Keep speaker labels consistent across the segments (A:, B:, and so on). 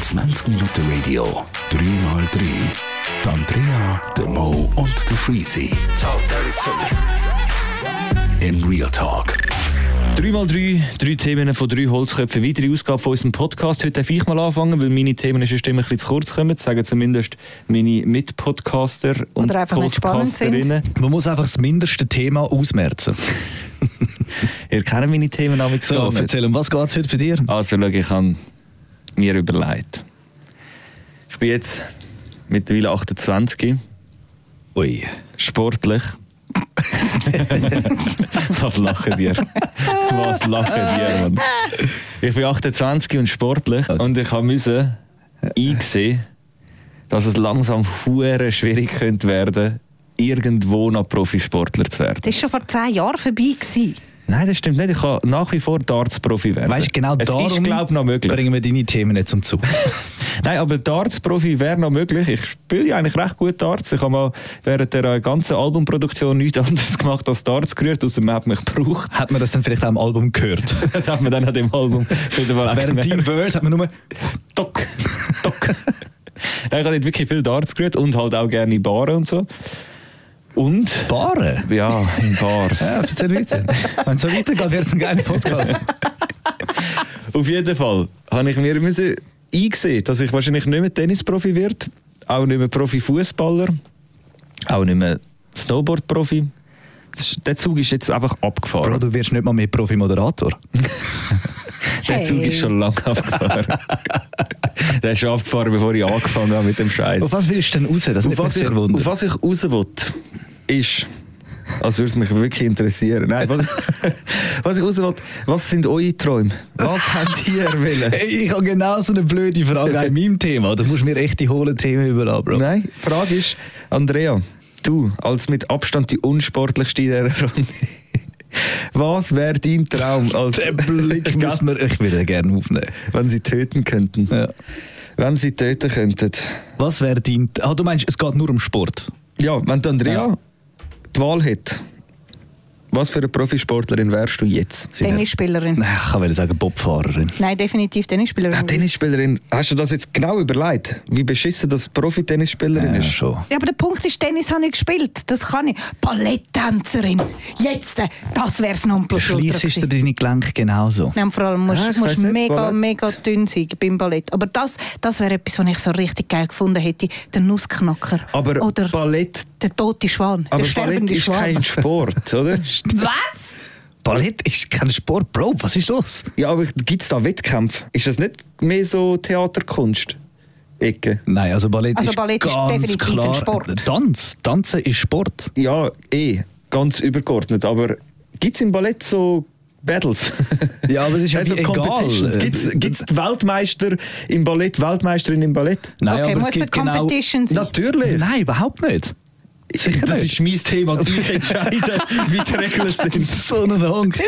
A: 20 Minuten Radio, 3x3. Die Andrea, der Mo und der Freezy. In Real Talk.
B: 3x3, drei Themen von drei Holzköpfen. Weitere Ausgabe von unserem Podcast. Heute darf ich mal anfangen, weil meine Themen sonst immer ein bisschen zu kurz kommen. Das sagen zumindest meine Mitpodcaster und
C: Oder einfach nicht spannend sind.
B: Podcasterinnen.
D: Man muss einfach das mindeste Thema ausmerzen.
B: Ihr kennt meine Themen nämlich
D: So,
B: gar nicht.
D: erzähl, um was geht es heute bei dir?
B: Also, schau, ich habe mir überlegt. Ich bin jetzt mittlerweile 28,
D: Ui.
B: sportlich. Was lachen dir? Was lachen dir, Mann? Ich bin 28 und sportlich und ich musste einsehen, dass es langsam hure schwierig könnte werden irgendwo noch Profisportler zu werden.
C: Das war schon vor zehn Jahren vorbei. Gewesen.
B: Nein, das stimmt nicht. Ich kann nach wie vor Darts-Profi werden.
D: Weißt du, genau
B: es
D: darum
B: ist, glaube noch möglich.
D: bringen wir deine Themen nicht zum Zug.
B: Nein, aber Darts-Profi wäre noch möglich. Ich spiele ja eigentlich recht gut Darts. Ich habe mal während der äh, ganzen Albumproduktion nichts anderes gemacht als Darts gerührt, außer man hat mich gebraucht.
D: hat man das dann vielleicht auch im Album gehört?
B: Das hat man dann an dem Album wieder mal auch
D: Während
B: gemerkt.
D: dein Verse hat man nur...
B: Doc, Doc. Nein, ich habe dort wirklich viel Darts gerührt und halt auch gerne in Baren und so. Und?
D: Baren?
B: Ja, in Bars.
D: Ja, erzähl weiter. Wenn es so weitergeht, wird es ein geiler Podcast.
B: Auf jeden Fall habe ich mir müssen eingesehen, dass ich wahrscheinlich nicht mehr Tennisprofi werde, auch nicht mehr Profifußballer, auch nicht mehr Snowboardprofi. Das ist- Der Zug ist jetzt einfach
D: Bro,
B: abgefahren.
D: du wirst nicht mal mehr Profi-Moderator.
B: Der Zug ist schon lange abgefahren. Der ist schon abgefahren, bevor ich angefangen habe mit dem Scheiß.
D: Auf was willst du denn raus? Das
B: Auf
D: nimmt mich
B: was, ich,
D: sehr
B: auf
D: Wunder.
B: was ich raus will, ist, als würde es mich wirklich interessieren. Nein, was, was ich raus will, was sind eure Träume? Was habt ihr wollen?
D: Hey, ich habe genau so eine blöde Frage an meinem Thema. Da musst du mir echt die hohlen Themen überall, Bro.
B: Nein, die Frage ist, Andrea, du als mit Abstand die unsportlichste in dieser Runde, was wäre dein Traum, als,
D: Der Blick muss man... Ich würde den gerne aufnehmen.
B: wenn sie töten könnten?
D: Ja.
B: Wenn sie töten könnten.
D: Was wäre dein... Ah, du meinst, es geht nur um Sport?
B: Ja, wenn die Andrea
D: Ja.
B: die Wahl hätte, was für eine Profisportlerin wärst du jetzt?
C: Tennisspielerin.
D: Nein, ich wollte sagen Bobfahrerin.
C: Nein, definitiv Tennisspielerin.
B: Ja, Ah,
D: Mhm.
B: Tennisspielerin, hast du das jetzt genau überlegt, wie beschissen das Profi-Tennisspielerin
D: Ja,
B: ist?
D: schon.
C: Ja, aber der Punkt ist, Tennis habe ich gespielt. Das kann ich. Balletttänzerin. Jetzt, äh, das wäre das Nonplusultra
D: Schließest du
C: gewesen.
D: deine Gelenke genauso?
C: Nein, vor allem
B: Ja,
C: musst
B: ich
C: du
B: weiss nicht,
C: mega,
B: Ballett.
C: mega dünn sein beim Ballett. Aber das, das wäre etwas, was ich so richtig geil gefunden hätte. Der Nussknacker.
B: Aber
C: Oder
B: Ballett,
C: der tote Schwan.
B: aber
C: der
B: Ballett
C: sterbende
B: ist
C: Schwan.
B: kein Sport, oder?
C: Was?
D: Ballett ist kein Sport, Bro. Was ist los?
B: Ja, aber gibt es da Wettkämpfe? Ist das nicht mehr so Theaterkunst? Ecke.
D: Nein, also Ballett
C: Also
D: ist
C: Ballett ist
D: ganz
C: definitiv ein
D: klar
C: Sport.
D: Tanz, Tanzen ist Sport.
B: Ja, eh, ganz übergeordnet. Aber gibt es im Ballett so Battles?
D: Ja, aber es ist ja
B: also
D: wie egal. Äh,
B: Competitions. Gibt es Weltmeister im Ballett, Weltmeisterin im Ballett?
D: Nein,
C: okay,
D: aber
C: muss
D: es gibt
C: eine
D: genau...
C: Competition sein.
B: Natürlich.
D: Nein, überhaupt nicht. sicher
B: das
D: nicht.
B: ist mein Thema. Ich entscheide, wie die Regeln sind.
D: so ein Honk.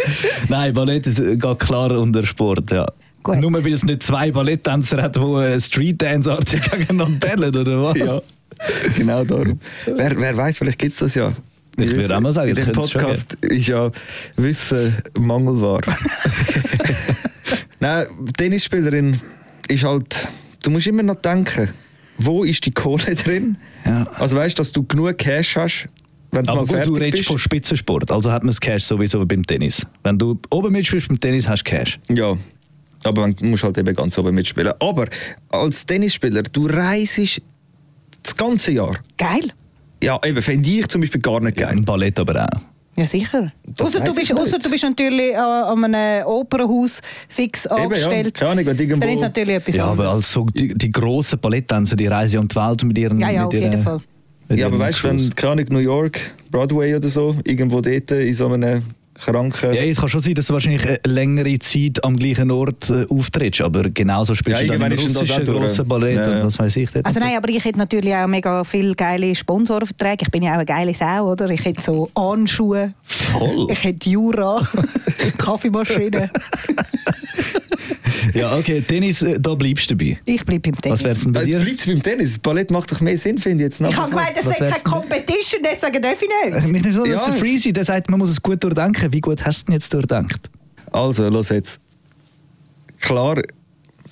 D: Nein, Ballett ist, äh, geht klar unter Sport, ja.
C: Gut.
D: Nur weil es nicht zwei Balletttänzer hat, die Streetdance-artig gegeneinander bellen, oder was?
B: Ja, genau darum. Wer, wer weiß, vielleicht gibt es das ja.
D: Ich würde auch mal sagen,
B: in
D: das
B: dem
D: könnte es schon
B: Podcast ist ja Wissen Mangelware. Nein, Tennisspielerin ist halt, du musst immer noch denken, wo ist die Kohle drin?
D: Ja.
B: Also weißt du, dass du genug Cash hast, wenn du
D: Aber
B: mal
D: gut,
B: fertig
D: du redest
B: bist.
D: von Spitzensport, also hat man das Cash sowieso wie beim Tennis. Wenn du oben mitspielst beim Tennis, hast du Cash.
B: Ja, aber man muss halt eben ganz oben mitspielen. Aber als Tennisspieler, du reist das ganze Jahr.
C: Geil.
B: Ja, eben, fände ich zum Beispiel gar nicht geil.
D: Ein Ballett aber auch.
C: Ja, sicher.
B: Das
C: Außer du,
B: weiss
C: bist,
B: ich nicht.
C: ausser du bist natürlich äh, an einem Opernhaus fix
B: ja.
C: angestellt.
B: Keine Ahnung, wenn du irgendwo-
C: Dann ist natürlich etwas
D: ja, aber
C: anderes.
D: also die, die grossen Balletttänzer, die reisen um die Welt mit ihren...
C: Ja, ja,
D: mit
C: auf
D: ihren-
C: jeden Fall.
D: mit
B: Ja, aber
D: ihren
B: weißt du, wenn,
D: Crews.
B: keine Ahnung, New York, Broadway oder so, irgendwo dort in so einem kranken.
D: Ja, es kann schon sein, dass du wahrscheinlich eine längere Zeit am gleichen Ort äh, auftrittst, aber genauso spielst
B: Ja,
D: du dann im
B: irgendwann ist dann das
D: russischen
B: auch durch.
D: grossen Ballett
B: Ja, ja.
D: und was weiß ich. Dort.
C: Also nein, aber ich hätte natürlich auch mega viele geile Sponsorenverträge. Ich bin ja auch eine geile Sau, oder? Ich hätte so Anschuhe,
D: Voll.
C: ich hätte Jura, Kaffeemaschine.
D: Ja, okay, Tennis, äh, da bleibst du dabei.
C: Ich bleibe beim Tennis.
D: Was wär's denn bei
B: Ah, Jetzt
D: dir?
B: bleibt es beim Tennis. Ballett macht doch mehr Sinn, finde ich jetzt.
C: ich
B: nachher.
C: habe gemeint, das
D: Was
C: ist keine
D: wär's denn?
C: Competition, deswegen darf ich nicht.
D: Äh, Mich nicht so, dass
B: Ja.
D: der Freezy, der sagt, man muss es gut durchdenken. Wie gut hast du es denn jetzt durchdenkt?
B: Also, los jetzt. klar,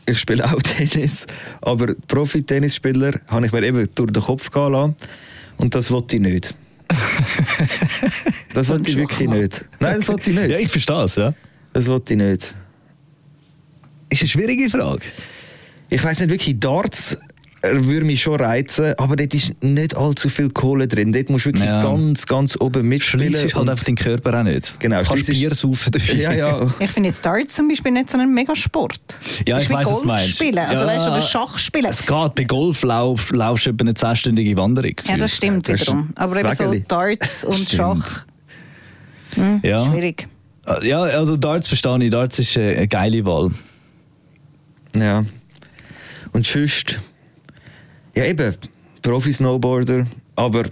B: ich spiele auch Tennis, aber Profi-Tennisspieler habe ich mir eben durch den Kopf gehen lassen. Und das wollte ich nicht. das wollte ich wirklich nicht. Nein, das wollte ich
D: Ja,
B: nicht.
D: ich verstehe es, ja.
B: Das wollte ich nicht.
D: Ist eine schwierige Frage.
B: Ich weiß nicht wirklich, Darts äh, würde mich schon reizen, aber dort ist nicht allzu viel Kohle drin. Dort musst du wirklich
D: Ja.
B: ganz, ganz oben mitspielen.
D: Schliessest halt
B: und-
D: einfach deinen Körper auch nicht.
B: Genau,
D: Kannst
B: schliessest-
D: Bier saufen dafür.
B: ja, ja.
C: Ich finde jetzt Darts zum Beispiel nicht so ein Megasport.
D: Ja,
C: Das
D: ich
C: ist wie
D: weiss, was du
C: Golf
D: meinst.
C: spielen, also
D: Ja.
C: weißt du, oder Schach spielen.
D: Es geht, bei Golf lauf, laufst du etwa eine zehnstündige Wanderung.
C: Ja, das stimmt
B: Das ist
C: wiederum. Aber eben so
B: Zwägeli.
C: Darts und
D: Stimmt.
C: Schach,
D: ja.
C: schwierig.
D: Ja, also Darts verstehe ich. Darts ist äh, eine geile Wahl.
B: Ja. Und sonst, ja eben, Profi-Snowboarder, aber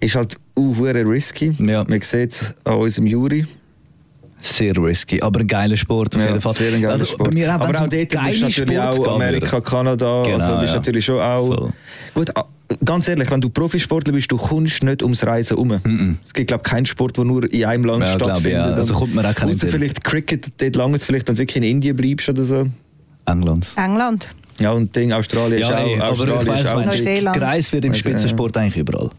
B: ist halt auch hure risky.
D: Mhm. Ja.
B: Man sieht es an unserem Juri.
D: Sehr risky, aber ein geiler Sport auf
B: Ja,
D: jeden Fall.
B: sehr ein geiler
D: also,
B: Sport.
D: Bei mir auch,
B: aber
D: wenn's
B: auch
D: um
B: dort musst
D: geile
B: du natürlich
D: Sport
B: auch
D: geht,
B: Amerika,
D: oder?
B: Kanada,
D: Genau,
B: also bist
D: ja.
B: natürlich schon auch...
D: Voll.
B: Gut, ah, ganz ehrlich, wenn du Profisportler bist, du kommst nicht ums Reisen herum. Es gibt, glaube ich, keinen Sport, der nur in einem Land
D: Ja, glaub ich,
B: stattfindet.
D: ja. Also
B: Und
D: kommt mir auch keiner in
B: ausser
D: den Sinn.
B: vielleicht Cricket, dort lange es vielleicht, wenn du wirklich in Indien bleibst oder so.
D: England.
C: England.
B: Ja, und Ding, Australien ist
D: Ja,
B: auch...
D: ey, aber ich
B: Australien ist
D: weiss,
B: auch
D: meinst,
B: Cricket.
C: Neuseeland.
D: Kreis wird im
B: Weiss, ja, ja.
D: Spitzensport eigentlich überall.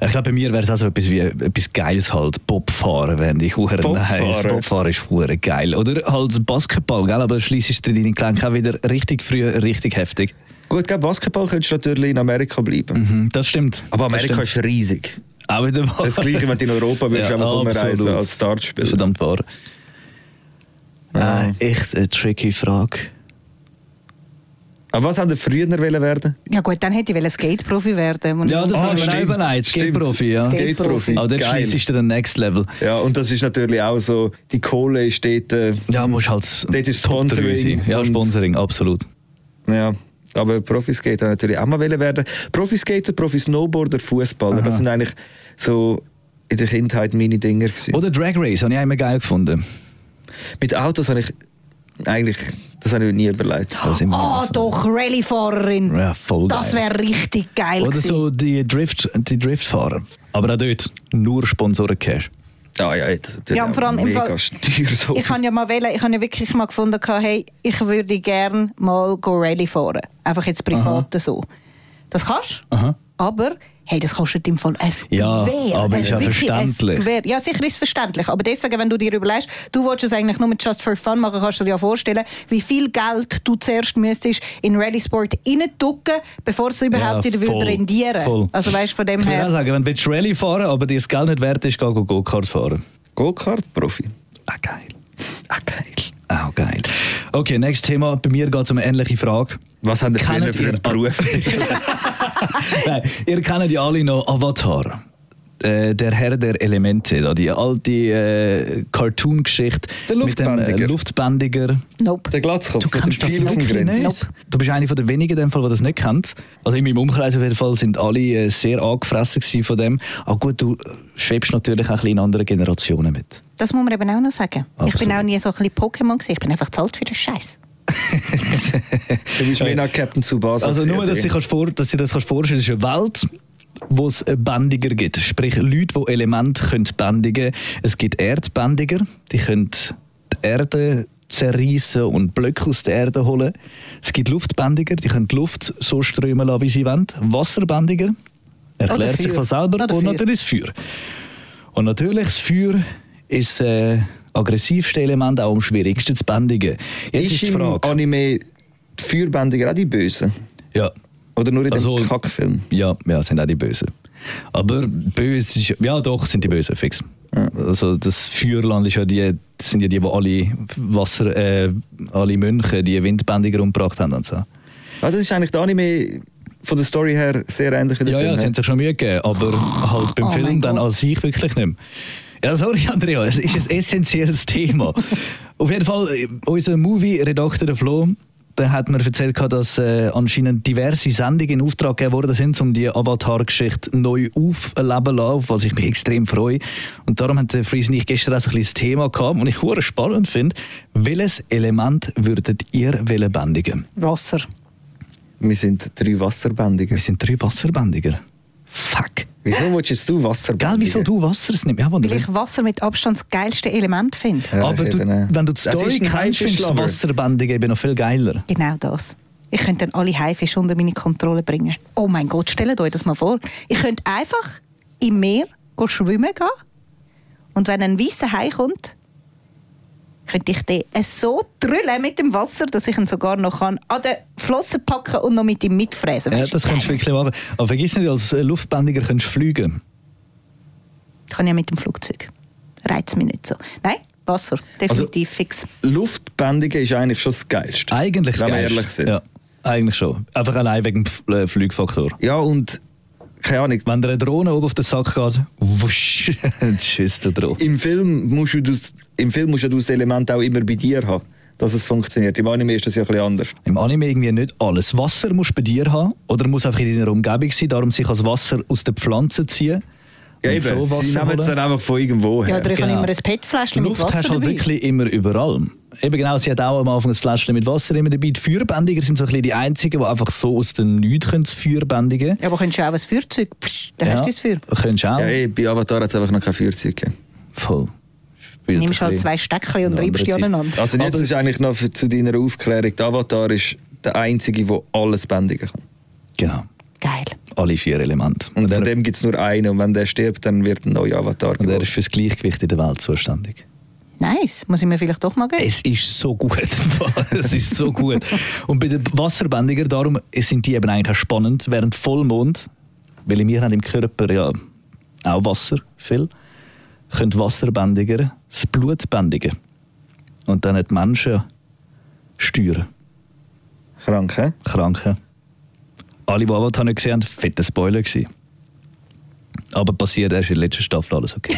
D: Ich glaube, bei mir wäre es auch so etwas wie etwas Geiles halt. Bobfahren, wenn ich hure
B: Bobfahren?
D: nice. Bobfahren ist hure geil. Oder halt Basketball, gell? aber schliessest du deine Gelenke auch wieder richtig früh, richtig heftig.
B: Gut, gell, Basketball könntest du natürlich in Amerika bleiben.
D: Mhm, das stimmt.
B: Aber
D: Das
B: Amerika
D: stimmt.
B: ist riesig.
D: auch wieder
B: Das
D: wahr.
B: gleiche, wenn du in Europa würdest, einfach umreisen
D: absolut. Also
B: als Startspieler.
D: Das ist verdammt wahr.
B: Ja.
D: Äh, echt eine tricky Frage.
B: Aber was hat er früher wollen werden?
C: Ja gut, dann hätte ich wollen Skateprofi werden Oh, wollen.
D: Ja, das
B: Ah,
D: haben wir auch
B: stimmt,
D: überlegt.
B: stimmt.
D: Skateprofi, ja.
C: Skate-
B: Skateprofi.
D: Aber dort
B: Geil.
D: schliessest du den Next Level.
B: Ja, und das ist natürlich auch so, die Kohle ist dort, äh,
D: Ja, musst halt
B: Dort ist
D: Top drei
B: Sponsoring
D: sein. Ja,
B: und-
D: Sponsoring, absolut.
B: ja. Aber Profiskater natürlich auch mal wollen werden. Profiskater, Profi-Snowboarder, Fußballer, das sind eigentlich so in der Kindheit meine Dinger gewesen.
D: Oder Drag Race, habe ich auch immer geil gefunden.
B: Mit Autos habe ich eigentlich, das habe ich mir nie überlegt.
D: Das immer
C: Ah,
D: geil gefunden.
C: doch, Rallye-Fahrerin.
D: Ja, voll
C: das
D: geil.
C: wäre richtig geil
D: Oder
C: gewesen.
D: so die, Drift, die Driftfahrer. Aber auch dort nur Sponsoren-Cash.
B: Ja, ja, jetzt natürlich
C: Ja, und vor allem im
B: mega
C: Fall-
B: teuer so.
C: Ich habe ja mal wählen, ich habe ja wirklich mal gefunden, gehabt, hey, ich würde gerne mal go Rallye fahren. Einfach jetzt privat so. Das kannst du,
D: Aha.
C: aber hey, das kostet im Fall ein
D: Ja,
C: Gewehr.
D: aber ist ja
C: wirklich ein
D: verständlich.
C: Gewehr. Ja, sicher ist es verständlich. Aber deswegen, wenn du dir überlegst, du willst es eigentlich nur mit Just for Fun machen, kannst du dir ja vorstellen, wie viel Geld du zuerst müsstest in Rallye-Sport reinducken, bevor es überhaupt wieder
D: voll,
C: würde rendieren
D: voll.
C: Also weißt du, von dem
D: Ich würde auch
C: her...
D: sagen, wenn du willst Rallye fahren aber dir das Geld nicht wert ist, geh go Go-Kart fahren.
B: Go-Kart-Profi.
D: Ah, geil.
B: Ah, geil.
D: Auch geil. Okay, nächstes Thema. Bei mir geht es um eine ähnliche Frage.
B: Was haben die
D: Kennt
B: früher für
D: ihr-
B: einen Beruf? Ah.
D: Nein, ihr kennt ja alle noch Avatar. Äh, der Herr der Elemente, da die alte äh, Cartoon-Geschichte
B: Der
D: mit dem
B: Luftbändiger.
D: äh, Luftbändiger.
C: Nope.
B: Der Glatzkopf
D: Du
B: mit dem
D: kannst das
B: Pfeil auf dem
D: wirklich
B: Grenz.
D: nicht.
C: Nope.
D: Du bist einer von den wenigen, in dem Fall, der das nicht kennt. Also in meinem Umkreis auf jeden Fall sind alle äh, sehr angefressen gewesen von dem. Aber gut, du schwebst natürlich auch ein bisschen in anderen Generationen mit.
C: Das muss man eben auch noch sagen. Ich bin
D: Absolut.
C: auch nie so ein bisschen Pokémon gewesen. Ich bin einfach zu alt für den Scheiß.
B: Du bist mehr nach Captain Tsubasa.
D: Also nur,
B: gewesen,
D: dass du dir
B: oder?
D: kannst vor- dass du dir das kannst vorstellen kannst, ist eine Welt, wo es einen Bändiger gibt. Sprich, Leute, die Elemente können bändigen können. Es gibt Erdbändiger, die können die Erde zerreißen und Blöcke aus der Erde holen. Es gibt Luftbändiger, die können die Luft so strömen lassen, wie sie wollen. Wasserbändiger erklärt sich
C: Feuer.
D: von selber.
C: Oder
D: und
C: Feuer.
D: natürlich das Feuer. Und natürlich, das Feuer ist das äh, aggressivste Element, auch am schwierigsten zu bändigen. Jetzt ist,
B: ist
D: die
B: im
D: Frage.
B: Anime die Feuerbändiger auch die Bösen?
D: Ja.
B: Oder nur in
D: Also-
B: dem Kackfilm?
D: Ja, ja, sind auch die Bösen. Aber böse ist, ja doch, sind die Bösen, fix. Also das Feuerland ist ja die, das sind ja die, die alle Wasser, äh, alle Mönche, die Windbändiger umgebracht haben und so.
B: Ah, das ist eigentlich der Anime von der Story her sehr ähnlich wie der
D: Ja,
B: Film.
D: ja, sie haben
B: sind
D: sich schon Mühe gegeben, aber halt beim
C: Oh mein
D: Film dann
C: Gott.
D: an sich wirklich nicht mehr. Ja, sorry Andrea, es ist ein essentielles Thema. Auf jeden Fall, äh, unser Movie-Redakteur der Flo, der hat mir erzählt, gehabt, dass äh, anscheinend diverse Sendungen in Auftrag gegeben worden sind, um die Avatar-Geschichte neu aufleben zu lassen, auf was ich mich extrem freue. Und darum hat der Freeze nicht gestern auch so ein bisschen das Thema gehabt, und ich hure spannend finde. Welches Element würdet ihr wollen bändigen?
C: Wasser.
B: Wir ne? sind drei Wasserbändiger.
D: Wir sind drei Wasserbändiger. Fuck.
B: Wieso willst du Wasser
D: Gell, wieso du Wasser es nicht? Ja,
C: Weil ich Wasser mit Abstand das geilste Element finde.
B: Ja,
D: Aber du,
B: eben, äh,
D: wenn du
B: das
D: das
B: ist
D: Doi
B: ein
D: kennst, findest du das
B: Haifischlover.
D: Wasserbändig eben noch viel geiler.
C: Genau das. Ich könnte dann alle Haifische unter meine Kontrolle bringen. Oh mein Gott, stellt euch das mal vor. Ich könnte einfach im Meer go schwimmen gehen und wenn ein weißer Hai kommt, könnte ich den äh, so drüllen mit dem Wasser, dass ich ihn sogar noch kann an den Flossen packen und noch mit ihm mitfräsen.
D: Ja,
C: Weisst du,
D: das kannst du
C: geil.
D: wirklich machen. Aber vergiss nicht, als äh, Luftbändiger kannst du fliegen.
C: Kann ja mit dem Flugzeug. Reizt mich nicht so. Nein, Wasser, definitiv
D: Also,
C: fix.
B: Luftbändigen ist eigentlich schon das Geilste.
D: Eigentlich das
B: Wenn wir
D: Geilste.
B: ehrlich sind.
D: Ja, eigentlich schon. Einfach allein wegen dem F- äh, Flugfaktor.
B: ja, und keine Ahnung,
D: Wenn dir eine Drohne oben auf den Sack geht, wusch, tschüss, du Drohne.
B: Im Film musst du das, im Film musst du das Element auch immer bei dir haben, dass es funktioniert. Im Anime ist das ja ein bisschen anders.
D: Im Anime irgendwie nicht alles. Wasser musst du bei dir haben oder muss einfach in deiner Umgebung sein, darum sich das Wasser aus den Pflanzen ziehen.
B: Ja,
D: und
B: eben,
D: so
B: sie
D: Wasser
B: nehmen es
D: holen.
B: dann einfach von irgendwo
C: Ja,
B: her.
C: oder ich
D: Genau.
C: habe immer ein PET-Fläschchen mit
D: Luft
C: Wasser
D: hast du halt
C: dabei.
D: wirklich immer überall. Eben genau, sie hat auch am Anfang ein Fläschchen mit Wasser immer dabei. Die Feuerbändiger sind so ein bisschen die einzigen, die einfach so aus dem Nichts können das Feuer bändigen
C: Ja, aber könntest du auch ein Feuerzeug? Psch, da hast du das Feuer.
D: Könntest du auch.
B: Ja, ey, bei Avatar hat es einfach noch kein Feuerzeug gegeben.
D: Voll. Spielt ein
C: Nimmst halt
D: bisschen.
C: zwei Steckchen und
D: Eine
C: reibst die
D: andere Zeit.
C: aneinander.
B: Also jetzt
D: Aber-
B: ist eigentlich noch für, zu deiner Aufklärung, der Avatar ist der Einzige, der alles bändigen kann.
D: Genau,
C: Geil.
D: alle vier Elemente.
B: Und
D: der,
B: von dem gibt es nur einen und wenn der stirbt, dann wird ein neuer Avatar
D: und der ist
B: geboren.
D: fürs Gleichgewicht in der Welt zuständig.
C: Nice. Muss ich mir vielleicht doch mal geben?
D: Es ist so gut. es ist so gut. Und bei den Wasserbändiger, darum sind die eben eigentlich auch spannend. Während Vollmond, weil wir haben im Körper ja auch Wasser viel, können Wasserbändiger das Blut bändigen. Und dann die Menschen steuern.
B: Krank, hä?
D: Kranken. Alle, die Avatar nicht gesehen haben, fetter Spoiler gewesen. Aber passiert erst in der letzten Staffel alles okay.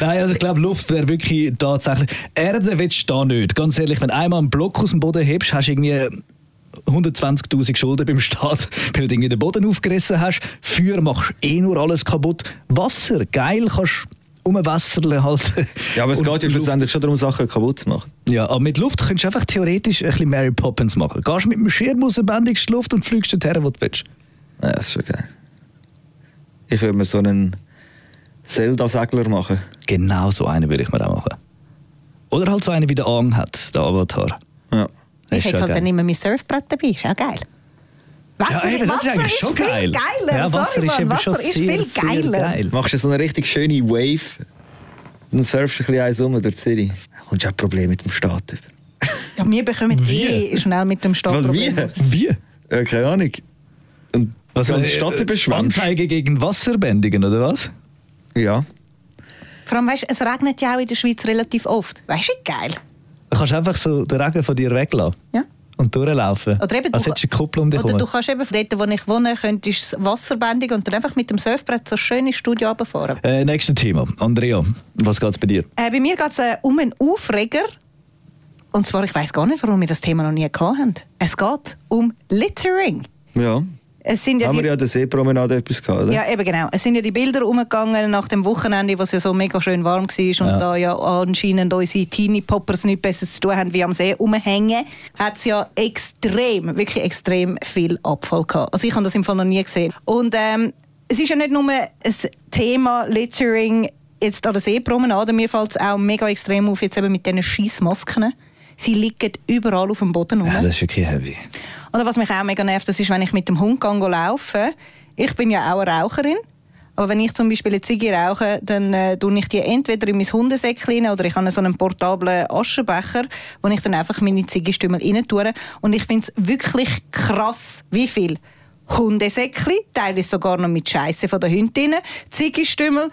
D: Nein, also ich glaube, Luft wäre wirklich tatsächlich. Erde willst du da nicht. Ganz ehrlich, wenn du einmal einen Block aus dem Boden hebst, hast du irgendwie 120.000 Schulden beim Staat, weil du irgendwie den Boden aufgerissen hast. Feuer machst eh nur alles kaputt. Wasser, geil, kannst du um ein Wässerchen halten.
B: Ja, aber es
D: Und
B: geht ja
D: Luft-
B: schlussendlich schon darum, Sachen kaputt zu machen.
D: ja, aber mit Luft könntest du einfach theoretisch ein bisschen Mary Poppins machen. Gehst mit dem Schirm raus, bändigst die Luft und fliegst dorthin, wo du willst.
B: Ja, das ist schon geil. Ich würde mir so einen Zelda-Segler machen.
D: Genau so einen würde ich mir auch machen. Oder halt so einen, wie der Ang hat, der Avatar.
B: Ja.
D: Das
C: ich
D: ist
C: hätte
D: schon
C: halt dann
D: geil.
C: immer mein Surfbrett dabei. Ist auch geil. Wasser,
D: eben, das ist
C: Wasser
D: eigentlich
C: ist,
D: schon
C: viel
D: geil.
C: geiler.
D: Ja, Wasser
C: Sorry,
D: ist
C: Mann,
D: eben schon
C: Wasser ist
D: sehr,
C: viel
D: sehr
C: geiler.
D: geil.
B: machst du so eine richtig schöne Wave, dann surfst du ein bisschen eins um durch die City. Dann kommst du auch Probleme mit dem Staat über.
C: Ja, wir bekommen
D: Wie?
C: eh schnell mit dem Staat
B: Was, wie?
C: Probleme.
D: Wie?
B: Ja, keine Ahnung. Und also, die Stadt überschwemmt.
D: äh, Anzeige gegen Wasserbändigen, oder was?
B: Ja.
C: Vor allem, weißt, es regnet ja auch in der Schweiz relativ oft. Weißt du, wie geil?
D: Du kannst einfach so den Regen von dir weglassen
C: Ja.
D: und durchlaufen.
C: Oder eben,
D: Als hättest du eine Kuppel um dich
C: oder du
D: herum.
C: kannst eben dort, wo ich wohne, könntest du das Wasser bändigen und dann einfach mit dem Surfbrett so schön ins Studio runterfahren.
D: Äh, nächstes Thema. Andrea, was geht's bei dir?
C: Äh, bei mir geht es äh, um einen Aufreger. Und zwar, ich weiß gar nicht, warum wir das Thema noch nie gehabt haben. Es geht um Littering.
B: Ja.
C: Es sind ja
B: Haben wir
C: die,
B: ja an der Seepromenade etwas gehabt, oder?
C: ja, eben genau. Es sind ja die Bilder umgegangen nach dem Wochenende, wo es ja so mega schön warm war
D: Ja.
C: und da ja anscheinend unsere Teenie-Poppers nichts Besseres zu tun haben, wie am See rumhängen, hat es ja extrem, wirklich extrem viel Abfall gehabt. Also ich habe das im Fall noch nie gesehen. Und ähm, es ist ja nicht nur ein Thema Littering jetzt an der Seepromenade, mir fällt es auch mega extrem auf, jetzt eben mit diesen Scheissmasken. Sie liegen überall auf dem Boden rum.
D: Ja, das ist wirklich heavy.
C: Oder was mich auch mega nervt, das ist, wenn ich mit dem Hund gang laufe. Ich bin ja auch eine Raucherin. Aber wenn ich zum Beispiel eine Ziege rauche, dann äh, tue ich die entweder in mein Hundesäckchen rein oder ich habe so einen portablen Aschenbecher, wo ich dann einfach meine Ziegestümmel rein tue. Und ich finde es wirklich krass, wie viel Hundesäckchen, teilweise sogar noch mit Scheiße von den Hündinnen, Ziegestümmel,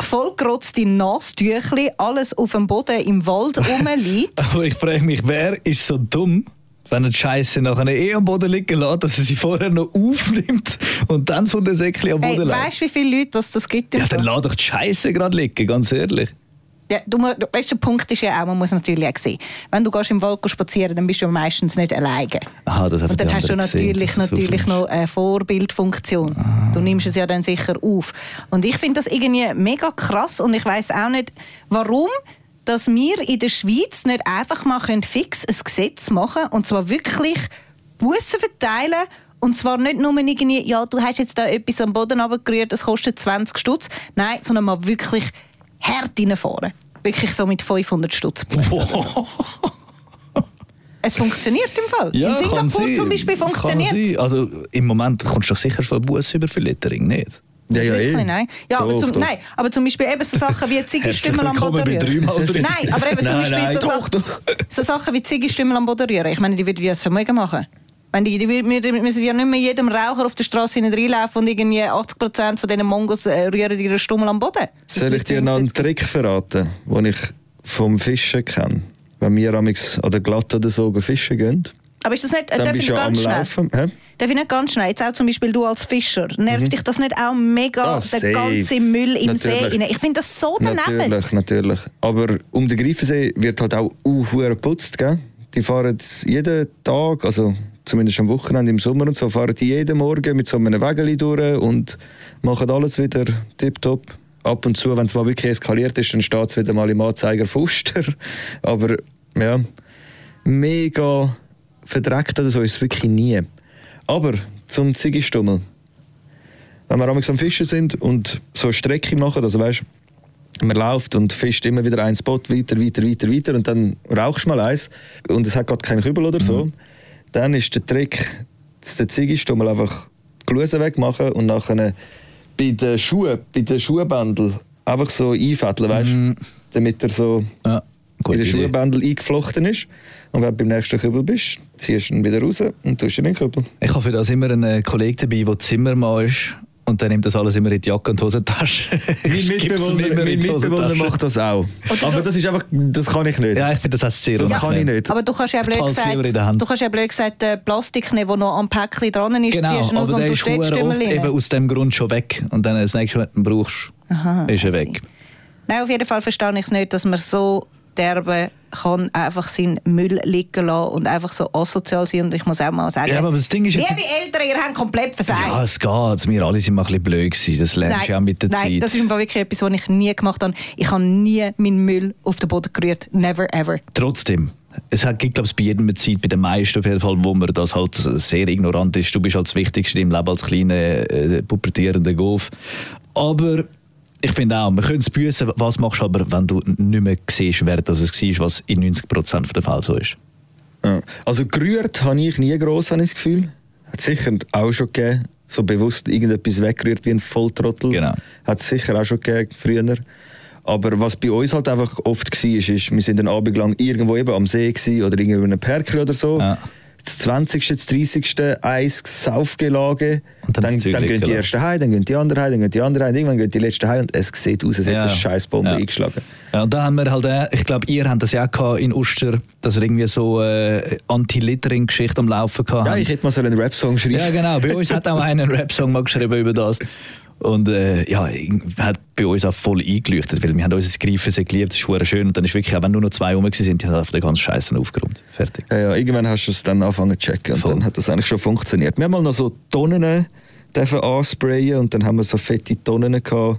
C: vollgerotzte Nasentüchli, alles auf dem Boden im Wald rumliegt.
D: Aber ich frage mich, wer ist so dumm, wenn er die Scheiße nachher eh am Boden liegen lässt, dass er sie vorher noch aufnimmt und dann so ein Säckchen am
C: Hey,
D: Boden lässt?
C: weißt du, wie viele Leute das, das gibt? im
D: Ja, dann
C: Fall?
D: lass doch die Scheiße gerade liegen, ganz ehrlich.
C: Ja, du, mu- der beste Punkt ist ja auch, man muss natürlich auch sehen, wenn du gehst im Wald spazieren dann bist du ja meistens nicht alleine.
D: Aha, das haben
C: Und dann
D: die
C: hast du
D: anderen gesehen,
C: natürlich,
D: dass du es
C: natürlich noch eine Vorbildfunktion.
D: Ah.
C: Du nimmst es ja dann sicher auf. Und ich finde das irgendwie mega krass und ich weiß auch nicht, warum dass wir in der Schweiz nicht einfach mal können fix ein Gesetz machen können, und zwar wirklich Bussen verteilen. Und zwar nicht nur irgendwie, ja, du hast jetzt da etwas am Boden runtergerührt, das kostet 20 Stutz. Nein, sondern mal wirklich hart reinfahren. Wirklich so mit 500 Stutz Bussen. oder so. Es funktioniert im Fall. In
D: kann
C: Singapur
D: sein.
C: zum Beispiel
D: Kann
C: funktioniert es.
D: sein. Also im Moment kommst du doch sicher schon einen Bus über für Littering, nicht?
B: Ja, ja,
C: Wirklich,
B: eh.
C: nein. Ja, aber
B: Doch,
C: zum,
B: doch.
C: nein, aber zum Beispiel eben so Sachen wie Ziegestümmel am
D: Herzlich
C: Boden
D: willkommen
C: rühren.
D: bei dreimal drin.
C: Nein, aber eben zum
B: Nein,
C: Beispiel
B: nein,
C: so,
B: doch,
C: Sachen-
B: doch.
C: so Sachen wie Ziegestümmel am Boden rühren. Ich meine, die würden ja das Vermögen machen. Wenn die, die wür- wir müssen ja nicht mehr jedem Raucher auf der Straße reinlaufen und irgendwie 80% von diesen Mongos äh, rühren ihren Stummel am Boden. Das
B: Soll ich
C: liegt
B: dir
C: im
B: noch einen
C: Gesetz.
B: Trick verraten, den ich vom Fischen kenne? Wenn wir amix an der Glatte oder so fischen gehen,
C: Aber ist das nicht, äh,
B: dann
C: darf
B: bist du
C: ich nicht
B: ja am
C: ganz schnell?
B: Laufen. Hä?
C: Darf ich nicht ganz schnell? Jetzt auch zum Beispiel du als Fischer. Nervt dich das nicht auch mega,
B: Mhm. Ah,
C: der
B: safe.
C: ganze Müll im See?
B: Natürlich.
C: rein? Ich finde das so daneben.
B: Natürlich, natürlich. Aber um den Greifensee wird halt auch uh, geputzt. Gell? Die fahren jeden Tag, also zumindest am Wochenende im Sommer und so, fahren die jeden Morgen mit so einem Wägeli durch und machen alles wieder tiptop. Ab und zu, wenn es mal wirklich eskaliert ist, dann steht es wieder mal im Anzeiger Fuster. Aber ja, mega verdreckt oder so ist es wirklich nie. Aber zum Ziegestummel. Wenn wir manchmal am Fischen sind und so eine Strecke machen, also weißt man läuft und fischt immer wieder einen Spot weiter, weiter, weiter, weiter und dann rauchst du mal eins und es hat gerade keinen Kübel oder
D: Mhm.
B: so, dann ist der Trick, dass der Ziegestummel einfach die Gluse wegmachen und nachher bei den Schuhen, bei den Schuhbändeln einfach so einfädeln, weißt damit er so
D: Ja,
B: in
D: Mhm. gute
B: den
D: Idee.
B: Schuhbändel eingeflochten ist. Und wenn du beim nächsten Kübel bist, ziehst du ihn wieder raus und tust ihn in den Kübel.
D: Ich habe für das immer einen Kollegen dabei, der Zimmermann ist. Und der nimmt das alles immer in die Jacke und Hosentasche. Ich gib's mir immer in die Hosentasche.
B: das auch.
C: Oder Aber du-
B: das ist einfach, das kann ich nicht.
D: Ja, ich finde das heißt sehr
B: Das kann ich
D: unangenehm.
B: nicht.
C: Aber du kannst ja blöd
D: Behalt's
C: gesagt,
D: lieber in der Hand.
C: du kannst ja blöd gesagt den Plastik nehmen, der noch am Päckchen dran ist,
D: Genau,
C: ziehst du noch
D: aber
C: so und
D: der
C: du
D: ist verdammt oft eben
C: stehst
D: aus dem Grund schon weg. Und dann das nächste Mal, wenn du ihn brauchst, ist er weg.
C: Nein, auf jeden Fall verstehe ich es nicht, dass man so derbe kann einfach seinen Müll liegen lassen und einfach so asozial sein. Und ich muss auch mal sagen,
D: Ja, aber das Ding ist jetzt-
C: liebe Eltern, ihr habt komplett versagt.
D: Ja, es geht. Wir alle sind mal ein bisschen blöd gewesen. Das lernst du ja mit der
C: nein,
D: Zeit.
C: das ist im Fall wirklich etwas, was ich nie gemacht habe. Ich habe nie meinen Müll auf den Boden gerührt. Never ever.
D: Trotzdem, es hat, gibt glaube ich bei jedem eine Zeit, bei den meisten auf jeden Fall, wo man das halt sehr ignorant ist. Du bist halt das Wichtigste im Leben als kleiner äh, pubertierender Golf. Aber ich finde auch, man könnte es büssen, was machst du aber, wenn du nicht mehr siehst, wer das es war, was in 90% der Fall so ist.
B: Ja. Also gerührt habe ich nie gross, habe ich das Gefühl. Hat sicher auch schon gegeben. So bewusst irgendetwas weggerührt wie ein Volltrottel.
D: Genau.
B: Hat es sicher auch schon gegeben, früher. Aber was bei uns halt einfach oft war, ist, ist wir sind einen Abend lang irgendwo eben am See gewesen oder irgendwo in einem Perkel oder so.
D: Ja.
B: Das 20., das 30., eins Saufgelage.
D: Und dann
B: dann,
D: das Zeug
B: dann gehen die
D: weggelassen.
B: Ersten heim, dann gehen die anderen heim, dann gehen die anderen heim. Irgendwann gehen die Letzten heim und es sieht aus, als hätte eine Scheißbombe
D: Ja.
B: eingeschlagen.
D: Ja, und da haben wir halt, äh, ich glaube, ihr habt das ja auch gehabt in Uster, dass ihr irgendwie so äh, Anti-Littering-Geschichte am Laufen gehabt
B: Ja,
D: habt.
B: ich hätte mal so einen Rap-Song schreiben
D: Ja, genau. Bei uns hat auch einer einen Rap-Song mal geschrieben über das. Und äh, ja, hat bei uns auch voll eingeleuchtet, weil wir haben unser Greifen sehr geliebt, es ist verdammt schön. Und dann ist wirklich, auch wenn nur noch zwei rum waren, die haben auf den ganzen Scheiß dann aufgeräumt. Fertig.
B: Ja, ja, irgendwann hast du es dann angefangen zu checken und
D: Voll.
B: dann hat das eigentlich schon funktioniert. Wir haben mal noch so Tonnen äh, dürfen ansprayen und dann haben wir so fette Tonnen gehabt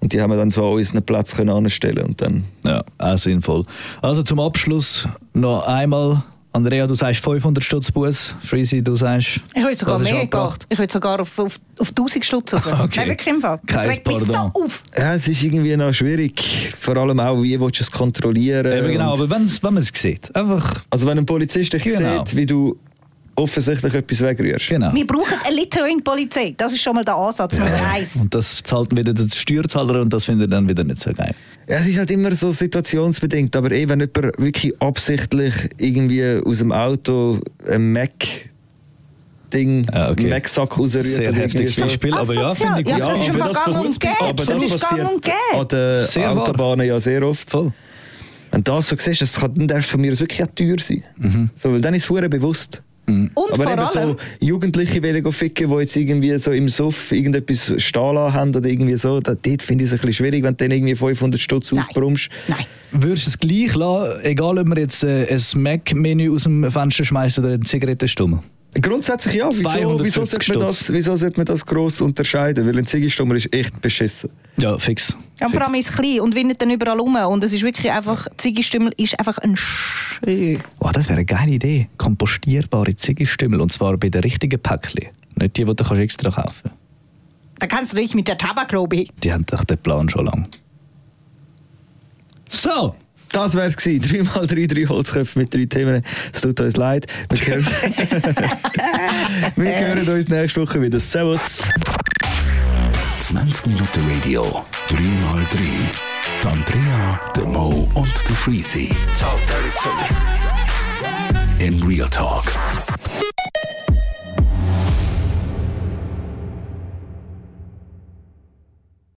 B: und die haben wir dann so an unseren Platz können anstellen und dann
D: Ja, auch sinnvoll. Also zum Abschluss noch einmal, Andrea, du sagst 500 Stutz Bus, Freezy, du sagst...
C: Ich würde sogar
D: das ist
C: mehr gehen.
D: angebracht.
C: Ich würde sogar auf, auf, auf 1000 Stutz hoch.
D: Okay.
C: Nein, wirklich im Fall. Das
D: Kein
C: regt mich so
D: Pardon.
C: auf.
B: ja, es ist irgendwie noch schwierig. Vor allem auch, wie willst du es kontrollieren?
D: Eben genau,
B: Und-
D: aber wenn's, wenn man es sieht, einfach...
B: also wenn ein Polizist dich
D: Genau.
B: sieht, wie du offensichtlich etwas wegrührst.
D: Genau.
C: Wir brauchen eine Littering-Polizei. Das ist schon mal der Ansatz Nummer eins.
D: Und das zahlt wieder der Steuerzahler und das findet er dann wieder nicht so geil.
B: Ja, es ist halt immer so situationsbedingt, aber eh, wenn jemand wirklich absichtlich irgendwie aus dem Auto ein Mac-Ding,
D: Ah, okay.
B: Mac-Sack rausrührt.
D: Sehr
B: oder
D: heftiges
B: irgendwie so.
D: Beispiel, aber ja,
C: Asozial.
D: finde ich
C: Ja,
D: gut.
C: das ist
B: aber
C: immer gang
B: passi-
C: und gäbe.
B: aber
C: Das ist gang
B: passiert
C: und
D: Ah,
C: gäbe.
B: An den
D: Sehr wahr.
B: Autobahnen ja sehr oft.
D: Voll.
B: Wenn du das so siehst, das kann, dann darf von mir aus wirklich auch teuer sein.
D: Mhm.
B: So, weil dann ist es verdammt bewusst.
C: Und
B: aber
C: vor
B: eben
C: allem...
B: so Jugendliche wollen go ficken, die jetzt irgendwie so im Suff irgendetwas stehen lassen haben oder irgendwie so, da, dort finde ich es ein bisschen schwierig, wenn du dann irgendwie 500 Stutz
C: Nein.
B: aufbrummst.
C: Nein.
D: Würdest du es gleich lassen, egal ob man jetzt äh, ein Mac-Menü aus dem Fenster schmeißt oder einen Zigarettenstummel?
B: Grundsätzlich ja. Wieso,
D: 250
B: wieso, sollte man das,
D: Stutz.
B: wieso sollte man das gross unterscheiden? Weil ein Ziggistummer ist echt beschissen.
D: Ja, fix.
C: Ja, und vor allem ist es klein und windet dann überall rum. Und es ist wirklich einfach, Ziggistümmel ist einfach ein Sch.
D: Oh, das wäre eine geile Idee. Kompostierbare Ziegestümmel. Und zwar bei den richtigen Päckchen. Nicht die, die du kannst extra kaufen kannst.
C: Da kannst du dich mit der Tabaklobby.
D: Die haben doch den Plan schon lange. So!
B: Das wär's gewesen. 3x3, 3 Holzköpfe mit drei Themen. Es tut uns leid. Wir hören, wir hören uns nächste Woche wieder. Servus.
A: 20 Minuten Radio, 3x3. Die Andrea, der Mo und der Freezy. In Real Talk.